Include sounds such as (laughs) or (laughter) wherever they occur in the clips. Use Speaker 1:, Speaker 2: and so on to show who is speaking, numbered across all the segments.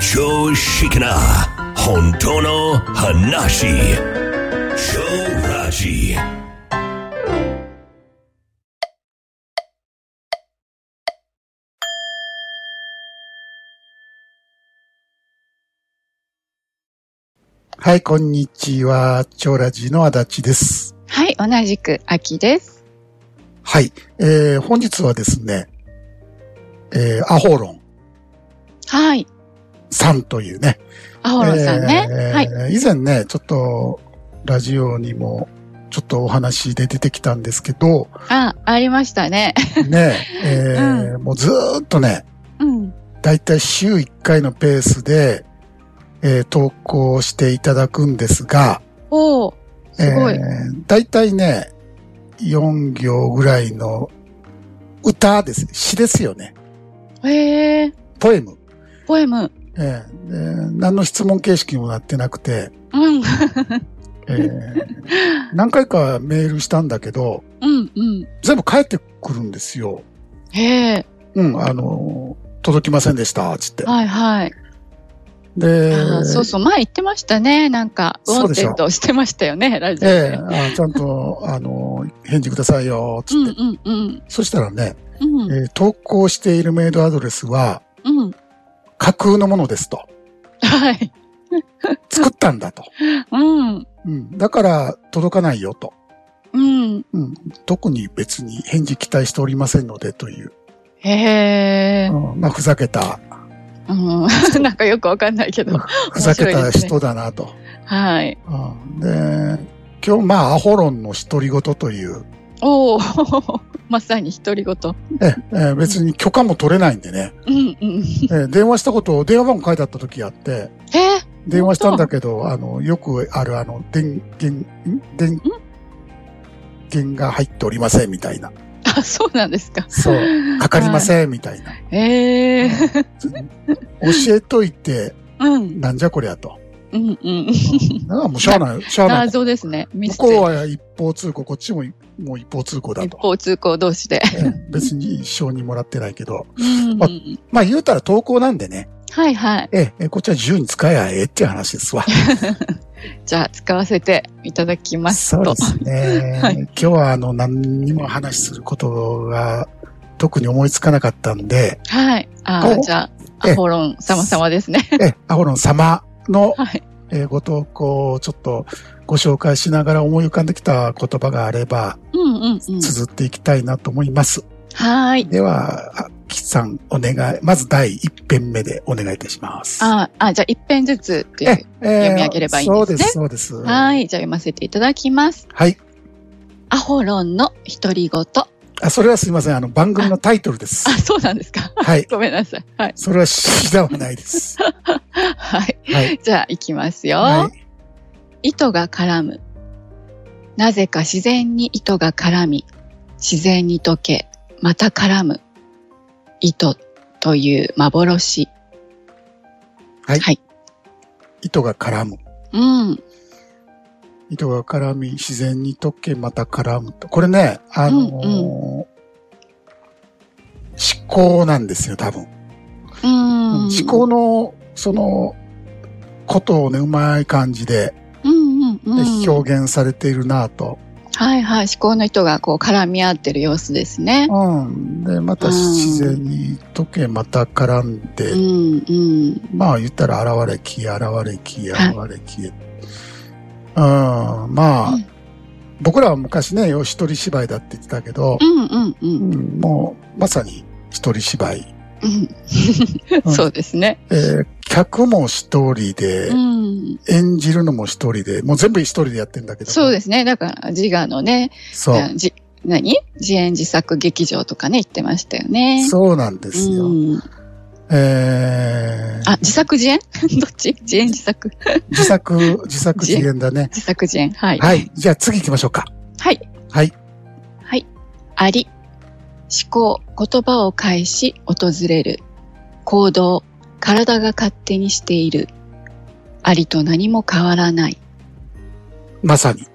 Speaker 1: 常識な本当の話超ラジ
Speaker 2: はい、こんにちは。超ラジの足立です。
Speaker 3: はい、同じく秋です。
Speaker 2: はい、えー、本日はですね、えー、アホロン
Speaker 3: はい、
Speaker 2: さんというね、
Speaker 3: アホロンさんね。
Speaker 2: えー
Speaker 3: はい、
Speaker 2: 以前ね、ちょっと、ラジオにも、ちょっとお話で出てきたんですけど、
Speaker 3: あ、ありましたね。 (laughs)
Speaker 2: ね、えーもうずーっとね、
Speaker 3: うん、
Speaker 2: だいたい週1回のペースで、えー投稿していただくんですが、
Speaker 3: おお、すごい。
Speaker 2: だいたいね、4行ぐらいの歌です。詩ですよね。
Speaker 3: へえ、
Speaker 2: ポエム。
Speaker 3: ポエム。
Speaker 2: えーで何の質問形式にもなってなくて、
Speaker 3: うん、
Speaker 2: え
Speaker 3: (laughs)
Speaker 2: ー何回かメールしたんだけど、
Speaker 3: うん、うん。
Speaker 2: 全部返ってくるんですよ。
Speaker 3: へえ、
Speaker 2: うん、あのー、届きませんでした、つって。
Speaker 3: はい、はい。
Speaker 2: でそう
Speaker 3: あ、そうそう、前言ってましたね。なんか、ウ
Speaker 2: そ
Speaker 3: ォ
Speaker 2: うで
Speaker 3: ン
Speaker 2: し
Speaker 3: テ
Speaker 2: ょ
Speaker 3: ッドしてましたよね、ラジオ
Speaker 2: ええ
Speaker 3: で。
Speaker 2: あちゃんと、あのー、返事くださいよ、つ
Speaker 3: う
Speaker 2: って。
Speaker 3: ん、うん、
Speaker 2: そしたらね、
Speaker 3: うん。
Speaker 2: え
Speaker 3: うん、
Speaker 2: ー投稿しているメールアドレスは、
Speaker 3: うん。
Speaker 2: 架空のものですと。
Speaker 3: はい。
Speaker 2: 作ったんだと。
Speaker 3: うん、
Speaker 2: うん、だから届かないよと。
Speaker 3: うん。
Speaker 2: うん、特に別に返事期待しておりませんのでという、
Speaker 3: へえ、
Speaker 2: うんまあ、ふざけた、
Speaker 3: うん。 (laughs) なんかよくわかんないけど。
Speaker 2: ふざけた
Speaker 3: 面白いですね
Speaker 2: 人だなと。
Speaker 3: はい。
Speaker 2: うんで、今日まあアホロンの独り言という、
Speaker 3: おお、 (laughs) まさに独り言。
Speaker 2: ええー別に許可も取れないんで
Speaker 3: (laughs)
Speaker 2: ね、
Speaker 3: うん、うん。
Speaker 2: えー電話したことを電話番号書いてあった時あって、
Speaker 3: へえ、
Speaker 2: 電話したんだけど、あの、よくあるあの、電源、ん電源が入っておりませんみたい
Speaker 3: (laughs)
Speaker 2: な。
Speaker 3: あ、そうなんですか。
Speaker 2: そう、かかりませんみたいな。
Speaker 3: ええ
Speaker 2: 教えといて、
Speaker 3: うん、
Speaker 2: なんじゃこりゃと。
Speaker 3: (laughs) うん、うん。
Speaker 2: だからもうしゃあない、しゃあない。
Speaker 3: 謎ですね。ミ
Speaker 2: 向
Speaker 3: ステリ
Speaker 2: こう
Speaker 3: ー。
Speaker 2: は一方通行、こっちももう一方通行だ
Speaker 3: 一
Speaker 2: と。
Speaker 3: 方通行同士で。
Speaker 2: ええ別に一生にもらってないけど。
Speaker 3: うん
Speaker 2: ままあ言うたら投稿なんでね。
Speaker 3: はいはい。
Speaker 2: ええ、こっちは自由に使えばええっていう話ですわ。
Speaker 3: じゃあ、使わせていただき (laughs) ます
Speaker 2: そう
Speaker 3: と
Speaker 2: で。すね。
Speaker 3: (laughs) はい
Speaker 2: 今日はあの何にも話することが特に思いつかなかったんで、
Speaker 3: はい。あ
Speaker 2: お
Speaker 3: あ、じゃあ、
Speaker 2: ええ
Speaker 3: アホロン様様ですね。
Speaker 2: ええ、アホロン様の、
Speaker 3: はい。
Speaker 2: ええご投稿をちょっとご紹介しながら思い浮かんできた言葉があれば、
Speaker 3: うんうんうん。
Speaker 2: 綴っていきたいなと思います。
Speaker 3: はい。
Speaker 2: では、あキさん、お願い。まず第一編目でお願いいたします。
Speaker 3: ああ、じゃあ、一編ずつってい
Speaker 2: え
Speaker 3: う。
Speaker 2: え
Speaker 3: み上げればいいんです
Speaker 2: そ
Speaker 3: ね
Speaker 2: うです、そうです。はい。
Speaker 3: はい。じゃあ、読ませていただきます。アホロンの独り言。あ、
Speaker 2: あ、それはすいません。あの、番組のタイトルです。
Speaker 3: そうなんですか。
Speaker 2: はい。
Speaker 3: ごめんなさい。はい。
Speaker 2: それは知らない
Speaker 3: (laughs)
Speaker 2: です。
Speaker 3: はい。
Speaker 2: はい。
Speaker 3: じゃあ、いきますよ。
Speaker 2: はい。
Speaker 3: 糸が絡む。なぜか自然に糸が絡み、自然に溶け、また絡む。糸という幻。
Speaker 2: 糸が絡む。
Speaker 3: うん。
Speaker 2: 糸が絡み、自然に溶け、また絡むと。これね、あのー
Speaker 3: うん
Speaker 2: 思考なんですよ、多分。
Speaker 3: うん。
Speaker 2: 思考の、その、ことをね、うまい感じで
Speaker 3: うんうんう
Speaker 2: ね
Speaker 3: ん。
Speaker 2: 表現されているなと。
Speaker 3: はいはい。思考の糸がこう絡み合ってる様子ですね。
Speaker 2: うん。で、また
Speaker 3: うん
Speaker 2: 自然に溶け、また絡んで、
Speaker 3: うんうん。
Speaker 2: まあ言ったら現れ消え、現れ消
Speaker 3: は
Speaker 2: え、現れ消え。うん、まあ、
Speaker 3: うん
Speaker 2: 僕らは昔ね、よ一人芝居だって言ってたけど
Speaker 3: う、んうんう。
Speaker 2: うんんもうまさに一人芝居。
Speaker 3: うん、 (laughs) そうですね。
Speaker 2: えー客も一人で
Speaker 3: う、ん。
Speaker 2: 演じるのも一人で、もう全部一人でやってんだけど。
Speaker 3: そうですね。だから自我のね、
Speaker 2: す。そう。
Speaker 3: じ何自演自作劇場とかね、言ってましたよね。
Speaker 2: そうなんですよ。
Speaker 3: うん。
Speaker 2: えー
Speaker 3: あ、自作自演 (laughs) どっち自演自作
Speaker 2: 自作、自作自演だね。
Speaker 3: 自作自演。 (laughs) はい。。
Speaker 2: はいい。じゃあ次行きましょうか。
Speaker 3: はい。
Speaker 2: はい。
Speaker 3: はい。あり。思考、言葉を返し、訪れる。行動、体が勝手にしている。ありと何も変わらない。
Speaker 2: まさに。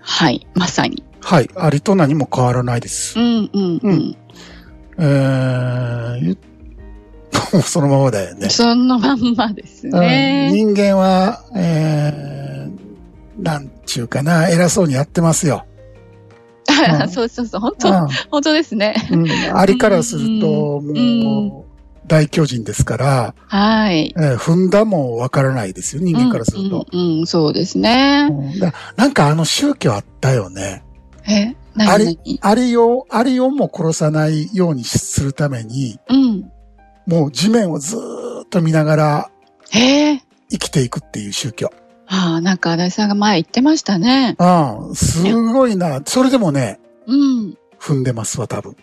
Speaker 3: はい。まさに。
Speaker 2: はい。ありと何も変わらないです
Speaker 3: う。んうんうん。
Speaker 2: えー、ゆ (laughs) そのままだよね。
Speaker 3: そのまんまです
Speaker 2: うん
Speaker 3: ね。
Speaker 2: 人間は、えー、なんちゅうかな、偉そうにやってますよ。うん
Speaker 3: (laughs) そうそうそう、本当、
Speaker 2: う
Speaker 3: 本当ですね。
Speaker 2: ん。うんありからすると、
Speaker 3: うん
Speaker 2: もう、大巨人ですから、
Speaker 3: はい。
Speaker 2: えー踏んだもわからないですよ、人間からすると。
Speaker 3: うん、うんうんそうですね。
Speaker 2: うんだなんかあの宗教あったよね。
Speaker 3: え、
Speaker 2: あ
Speaker 3: 何
Speaker 2: れ
Speaker 3: 々
Speaker 2: アリを、アリをも殺さないようにするために、
Speaker 3: うん。
Speaker 2: もう地面をずーっと見ながら
Speaker 3: へえ。
Speaker 2: 生きていくっていう宗教。
Speaker 3: ああ、なんか足立さんが前言ってましたね。
Speaker 2: うん、すごいな。それでもね、
Speaker 3: うん。
Speaker 2: 踏んでますわ、多分。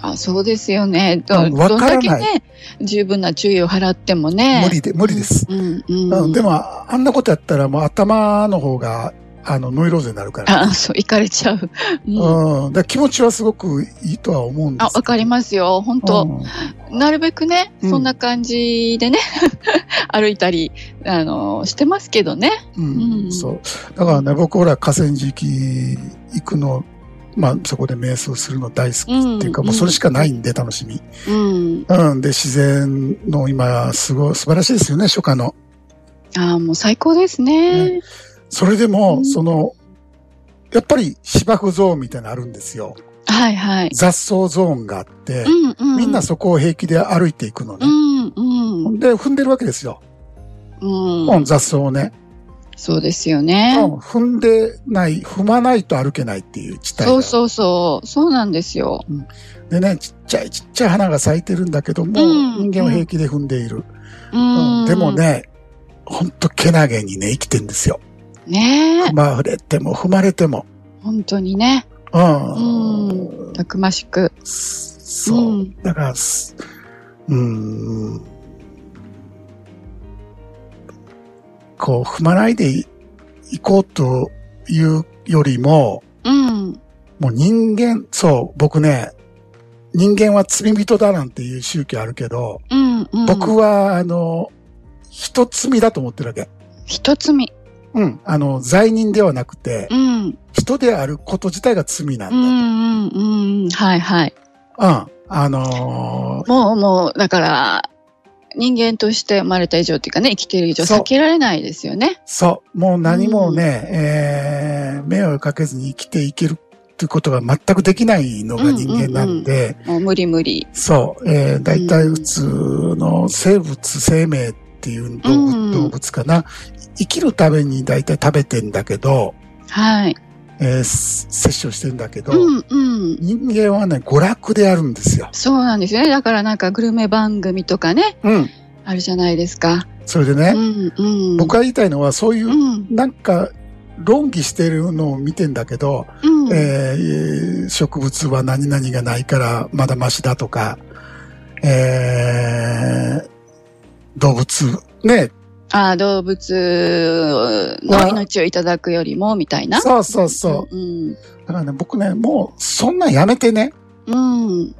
Speaker 3: あそうですよね。ど、
Speaker 2: うんわ
Speaker 3: どん
Speaker 2: から
Speaker 3: だ
Speaker 2: ない
Speaker 3: けね、十分な注意を払ってもね。
Speaker 2: 無理で、無理です。
Speaker 3: うん、
Speaker 2: う、
Speaker 3: うんん。
Speaker 2: でも、ああんなことやったらもう頭の方が、あの、ノイローゼになるから。
Speaker 3: あそう、行かれちゃう。うん、
Speaker 2: うん、だから気持ちはすごくいいとは思うんです
Speaker 3: あ、わかりますよ。本
Speaker 2: す
Speaker 3: 当、なるべくね、
Speaker 2: うん
Speaker 3: そんな感じでね、 (laughs) 歩いたり、あの、してますけどね。
Speaker 2: うん
Speaker 3: うん
Speaker 2: そう。だからね、僕ほら河川敷行くの、まあそこで瞑想するの大好きっていうか、
Speaker 3: うん
Speaker 2: もうそれしかないんで楽しみ。
Speaker 3: うん。
Speaker 2: うん。で、自然の今、すごい、素晴らしいですよね、初夏の。
Speaker 3: ああ、もう最高ですね。
Speaker 2: それでも、
Speaker 3: うん
Speaker 2: その、やっぱり芝生ゾーンみたいなのあるんですよ。
Speaker 3: はいはい。
Speaker 2: 雑草ゾーンがあって、
Speaker 3: うんうん。
Speaker 2: みんなそこを平気で歩いていくの
Speaker 3: う
Speaker 2: ね。
Speaker 3: んうん。
Speaker 2: で、踏んでるわけですよ。
Speaker 3: う。
Speaker 2: うんん、雑草をね。
Speaker 3: そうですよ
Speaker 2: う
Speaker 3: ね。
Speaker 2: ん、踏んでない、踏まないと歩けないっていう地帯が
Speaker 3: そうそうそう。そうなんですよ。
Speaker 2: でね、ちっちゃいちっちゃい花が咲いてるんだけども、
Speaker 3: うん
Speaker 2: 人間は平気で踏んでいる。
Speaker 3: う
Speaker 2: うん
Speaker 3: ん。
Speaker 2: でも。ね、ほんとけなげにね、生きてんですよ。
Speaker 3: ねえ
Speaker 2: 踏。まれても踏まれても。
Speaker 3: 本当にね。
Speaker 2: うん。
Speaker 3: うたくましく。
Speaker 2: すそう。
Speaker 3: うん
Speaker 2: だから、すうん。こう、踏まないでい行こうというよりも、
Speaker 3: うん。
Speaker 2: もう人間、そう、僕ね、人間は罪人だなんていう宗教あるけど、
Speaker 3: うん。うん。
Speaker 2: 僕は、あの、一罪だと思ってるわけ。
Speaker 3: 一つみ。
Speaker 2: うん。あの、罪人ではなくて、
Speaker 3: うん。
Speaker 2: 人であること自体が罪な
Speaker 3: うんん。うん。うん。はいはい。
Speaker 2: だ。うん。あのー
Speaker 3: もうもう、だから、人間として生まれた以上っていうかね、生きてる以上
Speaker 2: そう
Speaker 3: 避けられないですよね。
Speaker 2: そう。もう何もね、えー、迷惑かけずに生きていけるっていうことが全くできないのが人間なんで、
Speaker 3: もう無理無理。
Speaker 2: そう。えー、大体普通の生物、生命っていう動物,、
Speaker 3: うん
Speaker 2: 動物かな。生きるために大体食べてんだけど、
Speaker 3: はい。
Speaker 2: えー、摂取をしてんだけど、
Speaker 3: うんうん。
Speaker 2: 人間はね、娯楽であるんですよ。
Speaker 3: そうなんですよね。だからなんかグルメ番組とかね、
Speaker 2: うん。
Speaker 3: あるじゃないですか。
Speaker 2: それで
Speaker 3: う
Speaker 2: ね、
Speaker 3: んうん。
Speaker 2: 僕が言いたいのは、そういうう、
Speaker 3: ん
Speaker 2: なんか、論議してるのを見てんだけど、
Speaker 3: うん。
Speaker 2: えー植物は何々がないからまだマシだとか、えー動物、ね、
Speaker 3: あー動物の命をいただくよりも、みたいな。
Speaker 2: そうそうそう。
Speaker 3: うん。
Speaker 2: だからね、僕ね、もう、そんなんやめてね、
Speaker 3: うん。
Speaker 2: うん、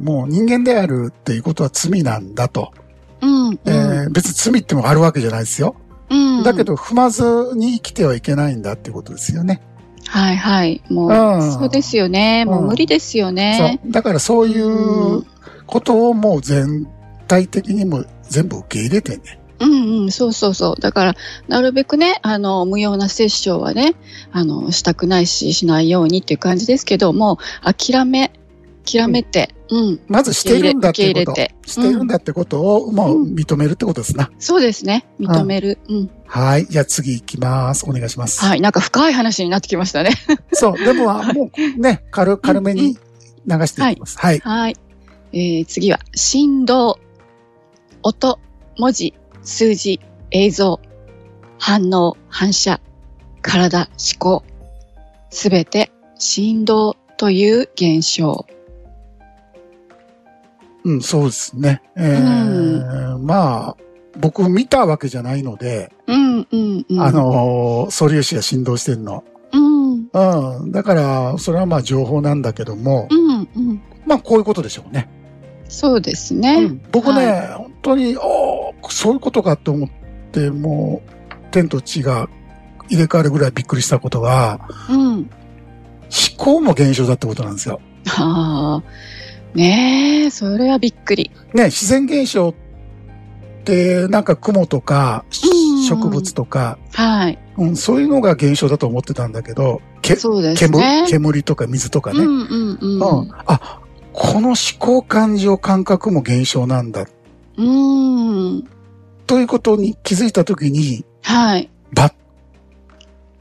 Speaker 2: もう人間であるっていうことは罪なんだと。
Speaker 3: うん。
Speaker 2: えー別に罪ってもあるわけじゃないですよ。
Speaker 3: うん。
Speaker 2: だけ。ど、踏まずに生きてはいけないんだっていうことですよね。
Speaker 3: はいはい。もう、
Speaker 2: うん
Speaker 3: そうですよね。もう無理ですよね。
Speaker 2: そう。だからそういうことをもう全体的にも全部受け入れてね。
Speaker 3: うんうん、そうそうそう。だから、なるべくね、あの、無用な殺生はね、あの、したくないし、しないようにっていう感じですけど、もう、諦め、諦めて、うん、
Speaker 2: まずしているんだっていうこ
Speaker 3: 受け入れ
Speaker 2: と。しているんだってことをもう認めるってことですな。
Speaker 3: そうですね。認める。うん。
Speaker 2: はい。じゃあ次行きます。お願いします。
Speaker 3: はい。なんか深い話になってきましたね。
Speaker 2: そう。で
Speaker 3: (laughs)
Speaker 2: も、あもうね、軽軽めに流していきます。はい。
Speaker 3: はい。えー、次は、振動、音、文字、数字、映像、反応、反射、体、思考。すべて振動という現象。
Speaker 2: うん、そうですね。えーまあ、僕見たわけじゃないので、
Speaker 3: うん、うん、うん。
Speaker 2: あ、のー、素粒子が振動してるの。
Speaker 3: うん、うん、
Speaker 2: うん。だから、それはまあ情報なんだけども、
Speaker 3: うん。
Speaker 2: まあこういうことでしょうね。
Speaker 3: そうですね。
Speaker 2: 僕ね、
Speaker 3: は
Speaker 2: 本当に、おーそういうことかと思って、もう、天と地が入れ替わるぐらいびっくりしたことは、
Speaker 3: うん。
Speaker 2: 思考も現象だってことなんですよ。
Speaker 3: ああ。ねえ、それはびっくり。
Speaker 2: ね、自然現象って、なんか雲とか、
Speaker 3: うん
Speaker 2: 植物とか、
Speaker 3: はい。
Speaker 2: うん、そういうのが現象だと思ってたんだけど、け
Speaker 3: そうです
Speaker 2: 煙
Speaker 3: ね。
Speaker 2: 煙とか水とか
Speaker 3: う
Speaker 2: ね、
Speaker 3: んうんう。
Speaker 2: うんんあ、この思考感情感覚も現象なんだ。
Speaker 3: うん。
Speaker 2: ということに気づいたときに、
Speaker 3: はい。
Speaker 2: バッ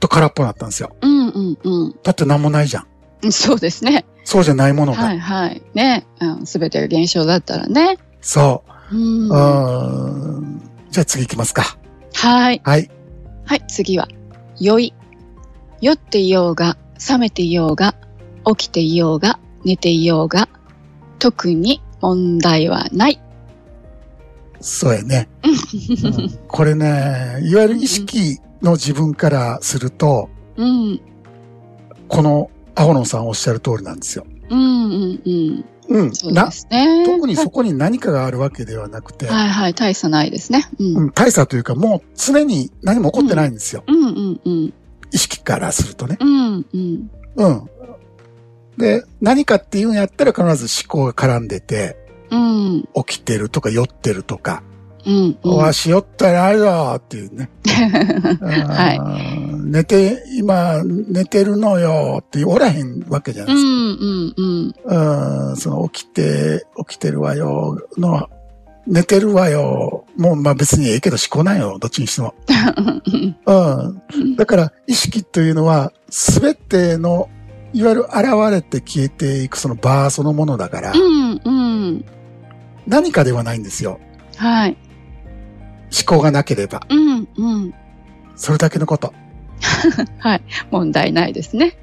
Speaker 2: と空っぽになったんですよ。
Speaker 3: うんうんうん
Speaker 2: だって何もないじゃん。
Speaker 3: うん。そうですね。
Speaker 2: そうじゃないものが。
Speaker 3: はいはい。ね。すべてが現象だったらね。
Speaker 2: そうう。
Speaker 3: ん。は
Speaker 2: うーん。じゃあ次行きますか。
Speaker 3: い。
Speaker 2: はい。
Speaker 3: はい、次は、酔い。酔っていようが、冷めていようが、起きていようが、寝ていようが、特に問題はない。
Speaker 2: そうやね。うんこれね、いわゆる意識の自分からすると、
Speaker 3: うん、
Speaker 2: このアホロンさんおっしゃる通りなんですよ。
Speaker 3: うん、うん、うん。
Speaker 2: うん。
Speaker 3: そうで
Speaker 2: な、
Speaker 3: すね。
Speaker 2: 特にそこに何かがあるわけではなくて、
Speaker 3: はいはい、大差ないですね。うん、う、
Speaker 2: うんん、大差というかもう常に何も起こってないんですよ。
Speaker 3: うん、うん、
Speaker 2: 意識からするとね。
Speaker 3: うん、うん。
Speaker 2: うん。で、何かっていうんやったら必ず思考が絡んでて、
Speaker 3: うん、
Speaker 2: 起きてるとか酔ってるとか、
Speaker 3: うん。
Speaker 2: わし酔ったらあるよっていうね。はい。寝て、今、寝てるのよっていうおらへんわけじゃな
Speaker 3: う
Speaker 2: いです
Speaker 3: ん、うん、うん。
Speaker 2: か。うん、その起きて、起きてるわよの、寝てるわよ。もう、まあ別にええけど思考なんよ。どっちにしても。うん。だから、意識というのは、すべての、いわゆる現れて消えていくそのバーそのものだから
Speaker 3: う、ん、うん。
Speaker 2: 何かではないんですよ。
Speaker 3: はい。
Speaker 2: 思考がなければ。
Speaker 3: うん、うん。
Speaker 2: それだけのこと。
Speaker 3: 問題ないですね。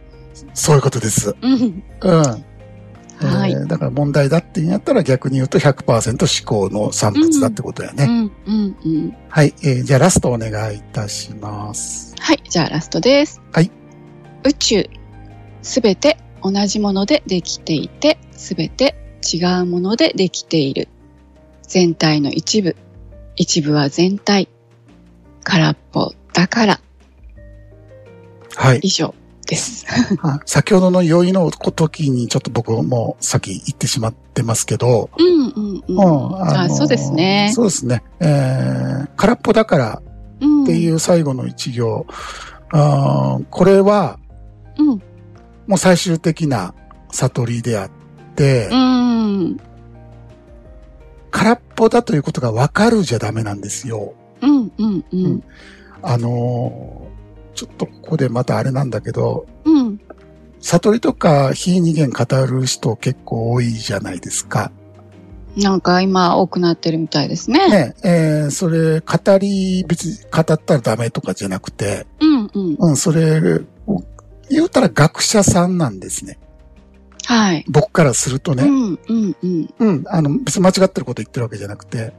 Speaker 2: そういうことです。
Speaker 3: うん。
Speaker 2: うん。
Speaker 3: はい
Speaker 2: え。ーだから問題だって言うんやったら逆に言うと100%思考の産物だってことやね。
Speaker 3: うん、うん、うん。
Speaker 2: はい、えーじゃあラストお願いいたします。
Speaker 3: はい、じゃあラストです。
Speaker 2: はい。
Speaker 3: 宇宙。すべて同じものでできていて、すべて違うものでできている。全体の一部。一部は全体。空っぽだから、
Speaker 2: はい。
Speaker 3: 以上です。
Speaker 2: あ先ほどの酔いの時にちょっと僕もう先言ってしまってますけど、
Speaker 3: うんうんう
Speaker 2: う
Speaker 3: ん。
Speaker 2: ん
Speaker 3: あそうですね
Speaker 2: そうですね。えー空っぽだから
Speaker 3: うん、
Speaker 2: っていう最後の一行、あーこれは
Speaker 3: うん。
Speaker 2: もう最終的な悟りであって、
Speaker 3: うん。
Speaker 2: 空っぽだということがわかるじゃダメなんですよ。
Speaker 3: うんうんうん。
Speaker 2: あのーちょっとここでまたあれなんだけど、
Speaker 3: うん。
Speaker 2: 悟りとか非人間語る人結構多いじゃないですか。
Speaker 3: なんか今多くなってるみたいですね。
Speaker 2: ね、えーそれ、語り、別に語ったらダメとかじゃなくて、
Speaker 3: うんうん。
Speaker 2: うん、それ、言うたら学者さんなんですね。
Speaker 3: はい。
Speaker 2: 僕からすると
Speaker 3: う
Speaker 2: ね。
Speaker 3: んうんうん。
Speaker 2: うん、あの、別に間違ってること言ってるわけじゃなくて。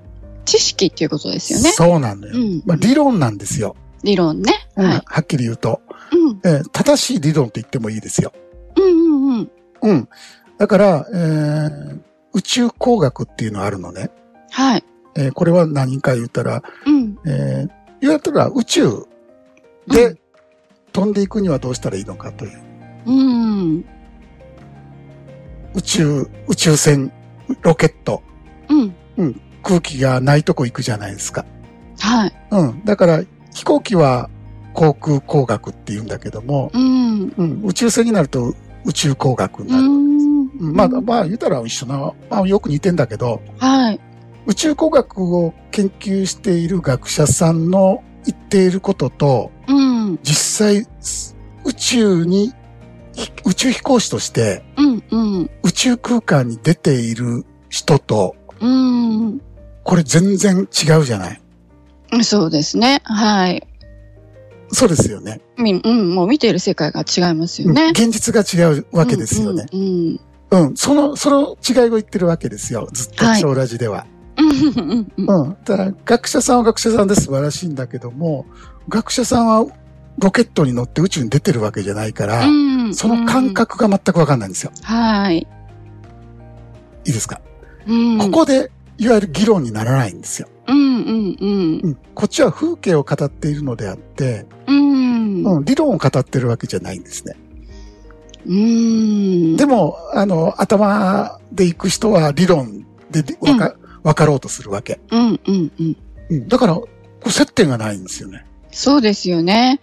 Speaker 3: 知識っていうことですよね。
Speaker 2: そうなのよ。
Speaker 3: うん。
Speaker 2: まあ、理論なんですよ。
Speaker 3: 理論ね。
Speaker 2: うん、
Speaker 3: は。
Speaker 2: はいっきり言うと、
Speaker 3: うん。
Speaker 2: えー正しい理論と言ってもいいですよ。
Speaker 3: うんうんうん。
Speaker 2: うん。だから、えー宇宙工学っていうのあるのね。
Speaker 3: はい。
Speaker 2: えーこれは何か言ったら、
Speaker 3: うん。
Speaker 2: えー言われたら宇宙
Speaker 3: う
Speaker 2: で飛んでいくにはどうしたらいいのかという。
Speaker 3: うん。
Speaker 2: 宇宙、宇宙船、ロケット、
Speaker 3: うん。
Speaker 2: 空気がないとこ行くじゃないですか。
Speaker 3: はい。
Speaker 2: うん。だから、飛行機は航空工学って言うんだけども、
Speaker 3: うん。
Speaker 2: うん、宇宙船になると宇宙工学に
Speaker 3: う
Speaker 2: なる。
Speaker 3: ん。
Speaker 2: うんまあ、まあ、言うたら一緒な、まあ、よく似てんだけど、
Speaker 3: はい。
Speaker 2: 宇宙工学を研究している学者さんの言っていることと、
Speaker 3: うん。
Speaker 2: 実際、宇宙に、ひ宇宙飛行士として、
Speaker 3: うん。うん。
Speaker 2: 宇宙空間に出ている人と、
Speaker 3: うん。
Speaker 2: これ全然違うじゃない。
Speaker 3: そうですね。はい。
Speaker 2: そうですよね。
Speaker 3: み、うん。もう見ている世界が違いますよ
Speaker 2: うん
Speaker 3: ね。
Speaker 2: 現実が違うわけですよね。
Speaker 3: うん。うん。
Speaker 2: うん、その、その違いを言ってるわけですよ。ずっと
Speaker 3: はい
Speaker 2: 小ラジでは。
Speaker 3: うん。うん。
Speaker 2: うん。ただ、学者さんは学者さんで素晴らしいんだけども、学者さんはロケットに乗って宇宙に出てるわけじゃないから、
Speaker 3: うん。
Speaker 2: その感。覚が全くわかんないんですよ。
Speaker 3: はい。
Speaker 2: いいですか、
Speaker 3: うん。
Speaker 2: こ。こで、いわゆる議論にならないんですよ。
Speaker 3: うん。うん。うん。
Speaker 2: うん。こっちは風景を語っているのであって、
Speaker 3: うん。
Speaker 2: うん、理論を語ってるわけじゃないんですね。
Speaker 3: うん。
Speaker 2: でも、あの、頭で行く人は理論でりわか、わかろうとするわけ。
Speaker 3: うん。うん。うん。
Speaker 2: うん、だから、こう接点がないんですよね。
Speaker 3: そうですよね。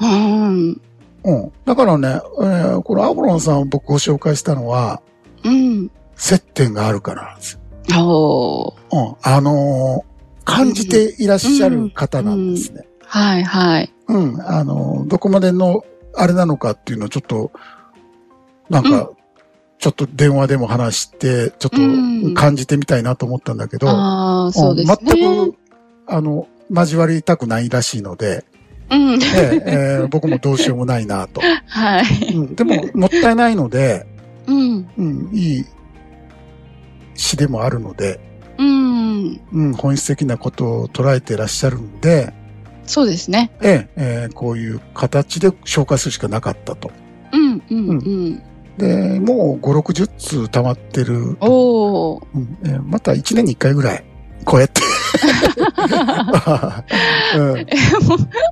Speaker 3: うん。
Speaker 2: うん。だからね、えーこのアポロンさんを僕を紹介したのは、
Speaker 3: うん。
Speaker 2: 接点があるからなんですよ。
Speaker 3: おー。
Speaker 2: うん。あのー感じていらっしゃる方なんですね。
Speaker 3: はいはい。
Speaker 2: うん。あのーどこまでの、あれなのかっていうのをちょっと、なんか、ちょっと電話でも話して、ちょっ
Speaker 3: う
Speaker 2: と
Speaker 3: ん
Speaker 2: 感じてみたいなと思ったんだけど、
Speaker 3: ああ、そうですね。
Speaker 2: 全く、あの、交わりたくないらしいので、
Speaker 3: うん。
Speaker 2: えええ (laughs) え僕もどうしようもないなと。
Speaker 3: はい。
Speaker 2: うんでも、もったいないので、
Speaker 3: うん。
Speaker 2: うん、いい詩でもあるので、
Speaker 3: うん。
Speaker 2: うん、本質的なことを捉えてらっしゃるんで、
Speaker 3: そうですね。
Speaker 2: ええええこういう形で紹介するしかなかったと。
Speaker 3: うんうんうん。
Speaker 2: で、もう5、60通溜まってる。
Speaker 3: おー。 (laughs)
Speaker 2: うんええまた1年に1回ぐらい、こうやって。 (laughs) うん
Speaker 3: もう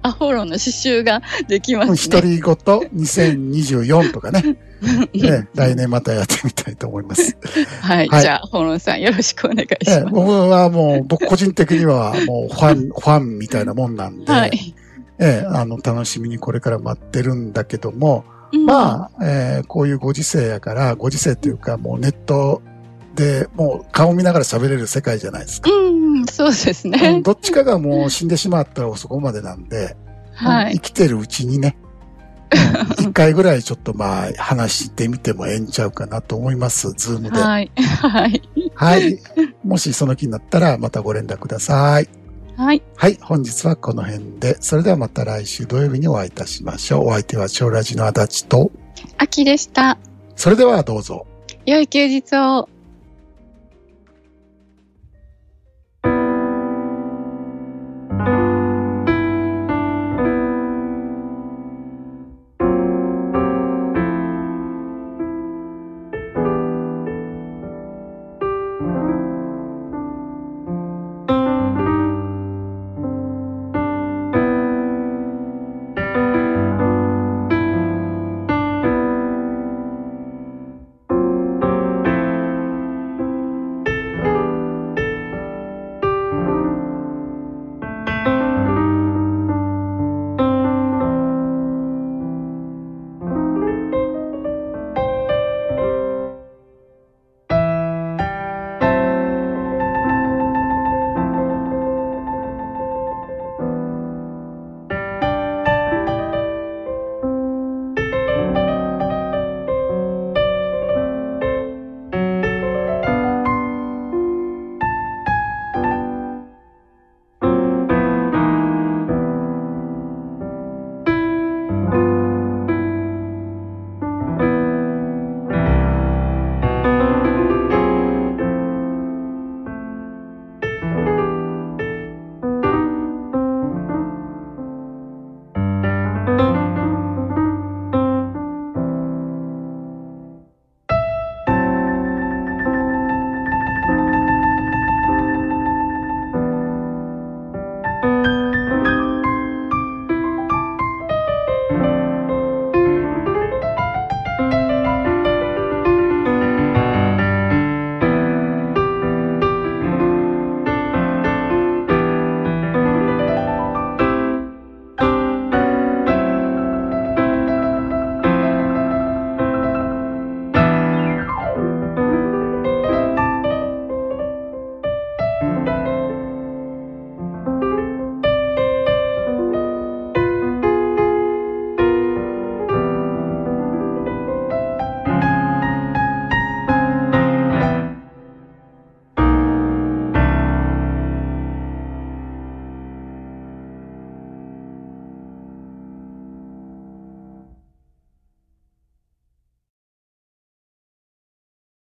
Speaker 3: アホロの刺繍ができますね。
Speaker 2: 一人ごと2024とか
Speaker 3: (laughs)
Speaker 2: ね、ええ来年またやってみたいと思います。
Speaker 3: はい。
Speaker 2: はい
Speaker 3: じゃあ、ホロンさんよろしくお願いし
Speaker 2: ええ
Speaker 3: ます。
Speaker 2: 僕はもう、僕個人的にはもうフ
Speaker 3: (laughs)
Speaker 2: ァン、ファンみたいなもんなんで、
Speaker 3: はい。
Speaker 2: ええあの、楽しみにこれから待ってるんだけども、まあ、ええこういうご時世やから、ご時世というかもうネットでもう顔見ながら喋れる世界じゃないです
Speaker 3: う
Speaker 2: か。
Speaker 3: ん、うん、そうです
Speaker 2: うん
Speaker 3: ね。
Speaker 2: どっちかがもう死んでしまったらそこまでなんで、
Speaker 3: は
Speaker 2: 生
Speaker 3: い。
Speaker 2: きてるうちにね、一回ぐらいちょっとまあ話してみてもええんちゃうかなと思います、ズームで。は
Speaker 3: はい。はい。
Speaker 2: い。もしその気になったらまたご連絡ください。
Speaker 3: はい。
Speaker 2: はい、本日はこの辺で、それではまた来週土曜日にお会いいたしましょう。お相手は小ラジの足立と、
Speaker 3: 秋でした。
Speaker 2: それではどうぞ。
Speaker 3: 良い休日を。